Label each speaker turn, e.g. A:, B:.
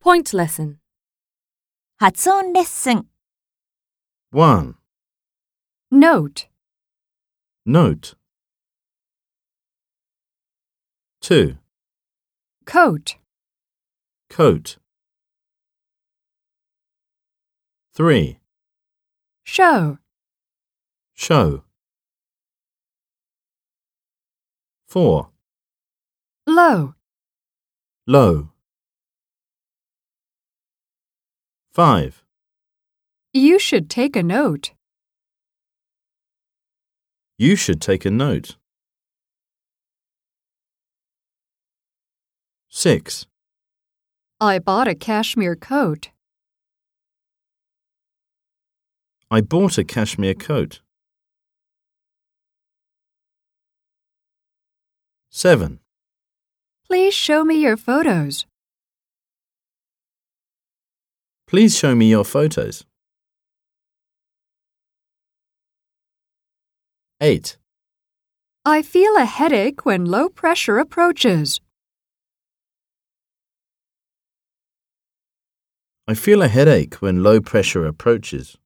A: Point lesson.
B: 発音レッスン
C: 1.
A: Note.
C: Note. 2.
A: Coat.
C: Coat. 3.
A: Show.
C: Show. 4.
A: Low.
C: Low. 5.
A: You should take a note.
C: You should take a note. 6.
A: I bought a cashmere coat.
C: I bought a cashmere coat. 7.
A: Please show me your photos.
C: Please show me your photos. 8.
A: I feel a headache when low pressure approaches.
C: I feel a headache when low pressure approaches.